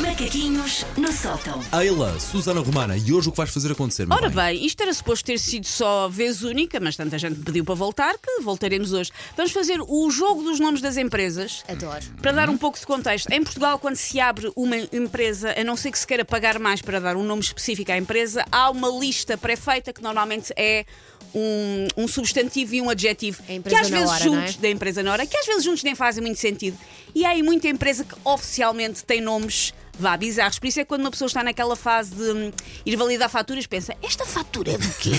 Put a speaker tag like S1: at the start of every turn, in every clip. S1: Macaquinhos no sótão.
S2: Ayla, Susana Romana, e hoje o que vais fazer acontecer, meu
S3: Ora
S2: bem?
S3: bem, isto era suposto ter sido só vez única, mas tanta gente pediu para voltar que voltaremos hoje. Vamos fazer o jogo dos nomes das empresas.
S1: Adoro.
S3: Para dar um pouco de contexto, em Portugal, quando se abre uma empresa, a não ser que se queira pagar mais para dar um nome específico à empresa, há uma lista pré-feita que normalmente é um, um substantivo e um adjetivo.
S1: A empresa
S3: que às
S1: na
S3: vezes
S1: hora, não é?
S3: juntos, da empresa na hora, que às vezes juntos nem fazem muito sentido. E há aí muita empresa que oficialmente tem nomes. Vá, bizarros. Por isso é que quando uma pessoa está naquela fase de hum, ir validar faturas, pensa, esta fatura é do quê?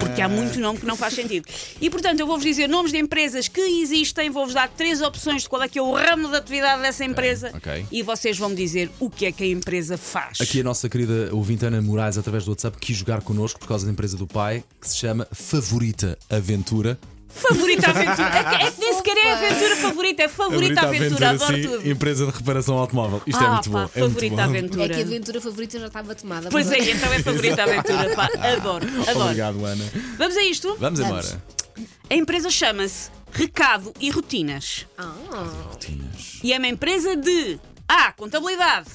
S3: Porque há muito nome que não faz sentido. E portanto, eu vou-vos dizer nomes de empresas que existem, vou-vos dar três opções de qual é que é o ramo de atividade dessa empresa
S2: ok.
S3: e vocês vão me dizer o que é que a empresa faz.
S2: Aqui é- a nossa querida ouvinte Ana Moraes, através do WhatsApp, quis jogar connosco por causa da empresa do pai, que se chama Favorita Aventura.
S3: Favorita aventura. É que- É que nem sequer é
S1: Fofa.
S3: aventura favorita, é favorita aventura. Adoro tudo.
S2: empresa de reparação automóvel. Isto
S3: ah,
S2: é muito
S3: pá,
S2: bom.
S3: favorita aventura.
S1: É que a aventura favorita já estava tomada.
S3: Pois é,
S1: Vamos-
S3: então é favorita aventura. Pá, adoro, adoro.
S2: Obrigado, Ana.
S3: Vamos a isto?
S2: Vamos
S1: Vamos.
S2: embora.
S3: A empresa chama-se Recado e Rotinas.
S1: Ah,
S2: Rotinas.
S3: E é uma empresa de A. Contabilidade.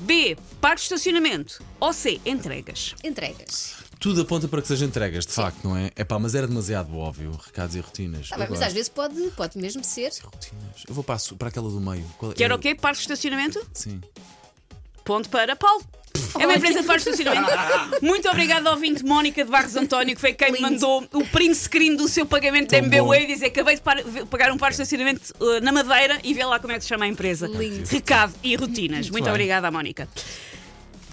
S3: B. Parque de estacionamento. Ou C. Entregas.
S1: entregas.
S2: Tudo aponta para que sejam entregas, de facto, não é? É pá, mas era demasiado óbvio. Recados e rotinas.
S3: Ah,
S1: Tá
S2: Eu
S1: bem, mas
S2: gosto.
S1: às vezes pode, pode mesmo ser.
S2: Rotinas. Eu vou para, a su- para aquela do meio. Qual é-
S3: Que era o quê? Parque de estacionamento?
S2: Sim.
S3: Ponto para Paulo. É uma empresa de parque de estacionamento. Muito obrigada ao ouvinte Mónica de Barros António, que foi quem me
S1: Lindo.
S3: mandou o print screen do seu pagamento da
S2: Tão bom.
S3: MBWay e dizer acabei de par- pagar um parque de estacionamento uh, na Madeira e vê lá como é que se chama a empresa.
S1: Lindo.
S3: Recado e rotinas. Muito,
S2: bem.
S3: obrigada, Mónica.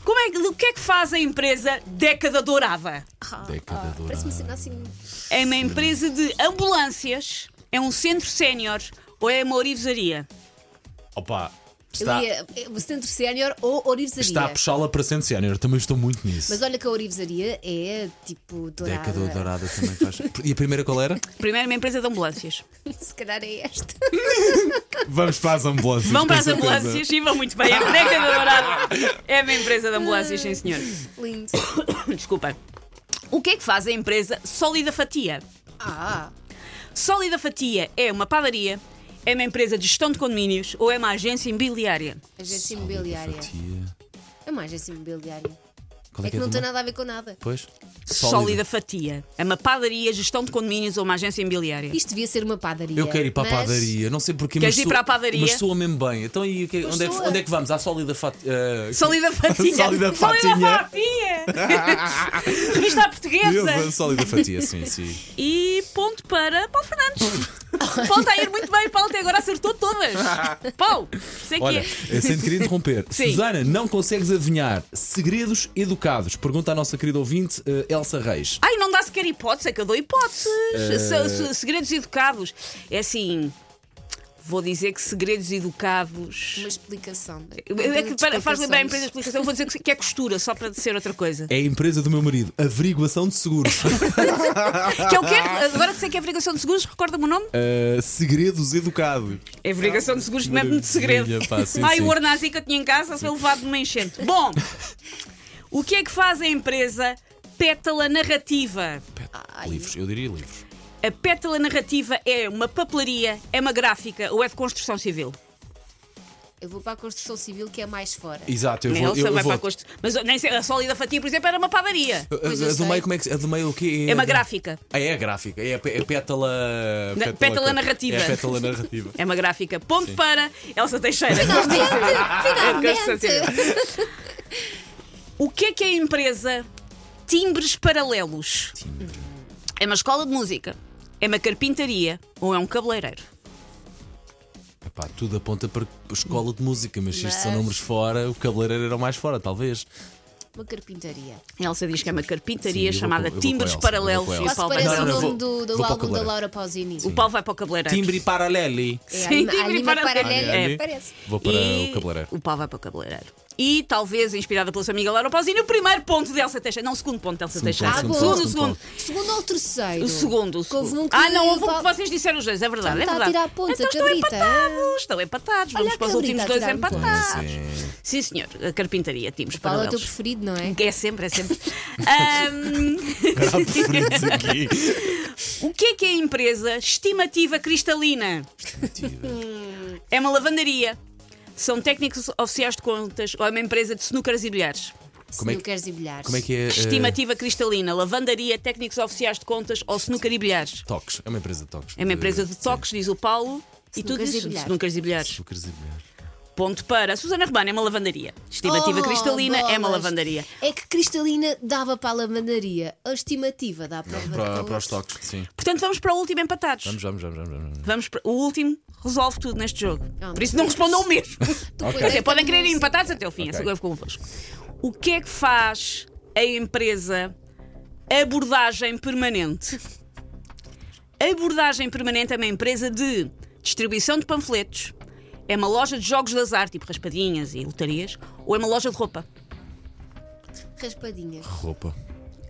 S3: Como é, que- o que é que faz a empresa Década Dourada?
S1: Ah,
S2: Década
S1: ah,
S2: dourada.
S1: Parece-me assim, assim.
S3: É uma empresa de ambulâncias? É um centro sénior? Ou é uma orivesaria?
S2: Opa,
S1: Está...
S2: está,
S1: Eu ia, eh, centro sénior ou orivesaria.
S2: está a puxá-la para centro sénior. Também estou muito nisso.
S1: Mas olha que a orivesaria é tipo dourada.
S2: Década dourada também faz. E a primeira qual era?
S3: Primeiro, uma empresa de ambulâncias.
S1: Se calhar é esta.
S2: Vamos para as ambulâncias.
S3: Vão
S2: com
S3: para as
S2: certeza.
S3: ambulâncias e vão muito bem. É década dourada. É uma empresa de ambulâncias, sim senhor.
S1: Lindo.
S3: Desculpa. O que é que faz a empresa Sólida Fatia?
S1: Ah,
S3: Sólida Fatia é uma padaria, é uma empresa de gestão de condomínios ou é uma agência imobiliária?
S1: agência
S2: Olha,
S1: é assim imobiliária.
S2: fatia.
S1: É uma agência imobiliária.
S2: Qual
S1: É que não
S2: do
S1: tem
S2: nome?
S1: nada a ver com nada.
S2: Pois.
S3: Sólida Fatia. É uma padaria, gestão de condomínios ou uma agência imobiliária?
S1: Isto devia ser uma padaria.
S2: Eu quero ir para
S1: mas-
S2: a padaria, não sei porquê,
S3: Queres
S2: mas
S3: ir
S2: sou-
S3: para a padaria?
S2: Mas soa mesmo bem. Então, e o quê?
S1: Pois
S2: onde, é, que-
S1: soa.
S2: onde é que vamos? À sólida eh, fatia.
S3: Sólida Fatia.
S2: Sólida Fatinha.
S3: Fatia. Revista à portuguesa.
S2: Sólida fatia, sim, sim.
S3: E ponto para Paulo Fernandes. Paulo está a ir muito bem. Paulo até agora acertou todas. Paulo, sei que
S2: Olha,
S3: é.
S2: eh, sem te querer interromper,
S3: Sim.
S2: Susana, não consegues adivinhar segredos educados? Pergunta à nossa querida ouvinte eh, Elsa Reis.
S3: Ai, não dá sequer hipótese, é que eu dou hipóteses.
S2: Eh.
S3: Se- se- Segredos educados. É assim. Vou dizer que segredos educados.
S1: Uma explicação.
S3: É que para- faz lembrar a
S1: Explicações.
S3: empresa de explicação. Eu Vou dizer que- que é costura, só para ser outra coisa.
S2: É a empresa do meu marido, Averiguação de Seguros.
S3: Que eu quero. Agora que sei que é averiguação de seguros, recorda-me o nome?
S2: Eh, segredos educados.
S3: É averiguação de seguros, mete-me de
S2: Maravilha,
S3: segredo.
S2: pá, sim,
S3: Ai,
S2: sim.
S3: o Ornazi que eu tinha em casa foi levado numa enchente. Bom, o que é que faz a empresa Pétala Narrativa?
S2: Pera,
S1: Ai.
S2: Livros, eu diria livros.
S3: A Pétala Narrativa é uma papelaria, é uma gráfica ou é de construção civil?
S1: Eu vou para a construção civil que é mais fora.
S2: Exato, eu
S3: Não,
S2: vou.
S3: Elsa
S2: eu- eu
S3: vai
S2: vou.
S3: para a costa. Mas nem sei, a sólida fatia, por exemplo, era uma padaria.
S2: A-
S1: Pois
S2: a-
S1: eu
S2: a do
S1: sei.
S2: meio, como é que se- a do meio o quê?
S3: É uma
S2: de-
S3: gráfica.
S2: Ah, é a gráfica, é a, pe- é pétala.
S3: pétala narrativa.
S2: É a pétala narrativa.
S3: É uma gráfica. Ponto para Elsa Teixeira. É de construção
S1: Finalmente!
S3: O que é que é a empresa Timbres Paralelos? É uma escola de música? É uma carpintaria? Ou é um cabeleireiro?
S2: Epá, tudo aponta para escola de música, mas se isto são
S1: Mas-
S2: números fora, o cabeleireiro era o mais fora, talvez.
S1: Uma carpintaria.
S3: A Elsa diz que é uma
S2: Sim,
S3: carpintaria
S2: eu vou
S3: chamada
S2: com- eu vou com a
S3: Timbres
S2: Elsa, eu vou
S3: Paralelos
S2: com a
S3: e o
S1: Ou
S2: Elsa.
S1: se
S3: Paulo
S1: parece
S3: vai-
S2: Não, não,
S1: o
S2: não,
S1: nome
S2: vou- vou
S1: do, do
S2: para o
S1: álbum da
S2: cabeleireiro.
S1: Laura Pausini.
S3: O Paulo vai para o cabeleireiro.
S2: Timbre e paraleli.
S1: É,
S3: Sim,
S1: a-
S3: Timbre
S1: a anima
S3: Paralelo.
S1: paralelo.
S3: É.
S1: Parece.
S2: Vou para
S3: E
S2: o cabeleireiro.
S3: O Paulo vai para o cabeleireiro. E talvez, inspirada pela sua amiga Laura Pausini, o primeiro ponto de Elsa Teixeira. Não, o segundo ponto de Elsa
S2: Segundo
S3: Teixeira.
S1: ponto,
S3: o segundo,
S1: segundo ponto,
S3: o
S2: segundo
S3: segundo.
S1: Segundo ou terceiro?
S3: O segundo, o
S1: Houve
S3: segundo.
S1: um que
S3: Ah, não, houve um
S1: Paulo-
S3: que vocês disseram os dois, é verdade.
S1: Está
S3: é
S1: a
S3: verdade.
S1: tirar pontos,
S3: então
S1: a
S3: estão
S1: cabrita.
S3: empatados, estão empatados.
S1: Olha
S3: Vamos
S1: a
S3: para os
S1: cabrita
S3: últimos
S1: a
S3: dois
S1: tirar um ponto.
S3: empatados.
S2: Sim.
S3: Sim, senhor, a carpintaria, tínhamos para
S1: Paulo é o
S3: eles.
S1: teu preferido, não é?
S3: É sempre, é sempre. Ahm, o que é que é a empresa Estimativa Cristalina?
S2: Mentira.
S3: É uma lavandaria. São técnicos oficiais de contas ou é uma empresa de snookers e bilhares.
S2: Como é que-
S1: Snookers e bilhares.
S2: Como é que é? eh,
S3: Estimativa cristalina, lavandaria, técnicos oficiais de contas ou snooker e bilhares.
S2: Toques. É uma empresa de toques.
S3: É uma empresa
S2: Eh,
S3: de toques, diz o Paulo. E tudo
S1: Snookers e
S3: isso,
S1: bilhares.
S3: snookers e bilhares.
S2: Açúcares e bilhares.
S3: Ponto para. Susana Rebana é uma lavandaria. Estimativa
S1: Oh,
S3: cristalina é uma
S1: bolas.
S3: lavandaria.
S1: É que cristalina dava para a lavandaria. A estimativa dá para,
S2: Para, para os toques, sim.
S3: Portanto, vamos para o último empatados.
S2: Vamos, vamos, vamos, vamos. vamos.
S3: Vamos para... O último resolve tudo neste jogo.
S1: Ah.
S3: Por isso não respondam o mesmo.
S2: Ok.
S3: Quer dizer, podem querer ir empatados até o fim, é essa
S2: Ok.
S3: coisa convosco. O que é que faz a empresa abordagem permanente? A abordagem permanente é uma empresa de distribuição de panfletos, é uma loja de jogos de azar, tipo raspadinhas e lotarias, ou é uma loja de roupa?
S1: Raspadinhas.
S2: Roupa.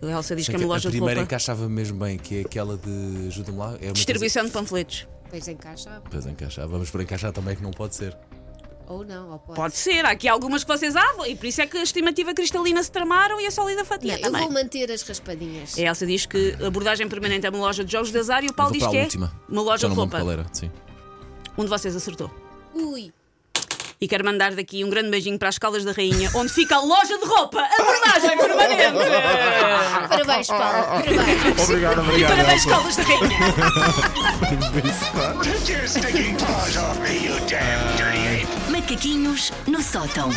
S3: A Elsa diz que
S2: Sei
S3: é uma
S2: que
S3: loja
S2: a
S3: de
S2: primeira
S3: roupa.
S2: encaixava mesmo bem, que é aquela de. Ajuda-me lá. É uma coisa-
S3: Distribuição de panfletos.
S1: Depois encaixa.
S2: Pois encaixar. Vamos por encaixar também, que não pode ser.
S1: Ou não, ou pode.
S3: Pode ser, há aqui algumas que vocês. Ah, e por isso é que a estimativa cristalina se tramaram e a sólida fatia.
S1: Não, eu
S3: também. É.
S1: vou manter as raspadinhas.
S3: A Elsa diz que a abordagem permanente é uma loja de jogos de azar e o Paulo
S2: Vou
S3: diz
S2: para
S3: que
S2: a
S3: é
S2: última.
S3: uma loja
S2: Já
S3: de
S2: não me lembro
S3: roupa.
S2: qual era. Sim.
S3: Um de vocês acertou.
S1: Ui,
S3: E quero mandar daqui um grande beijinho para as Caldas da Rainha, onde fica a loja de roupa, abordagem permanente.
S1: parabéns, Paulo. Parabéns.
S4: Obrigado,
S3: E
S4: obrigado.
S3: parabéns,
S4: Elsa.
S3: Caldas da Rainha.
S5: Take your stinking paws off me, you damn dirty ape!
S6: Macaquinhos no sótão.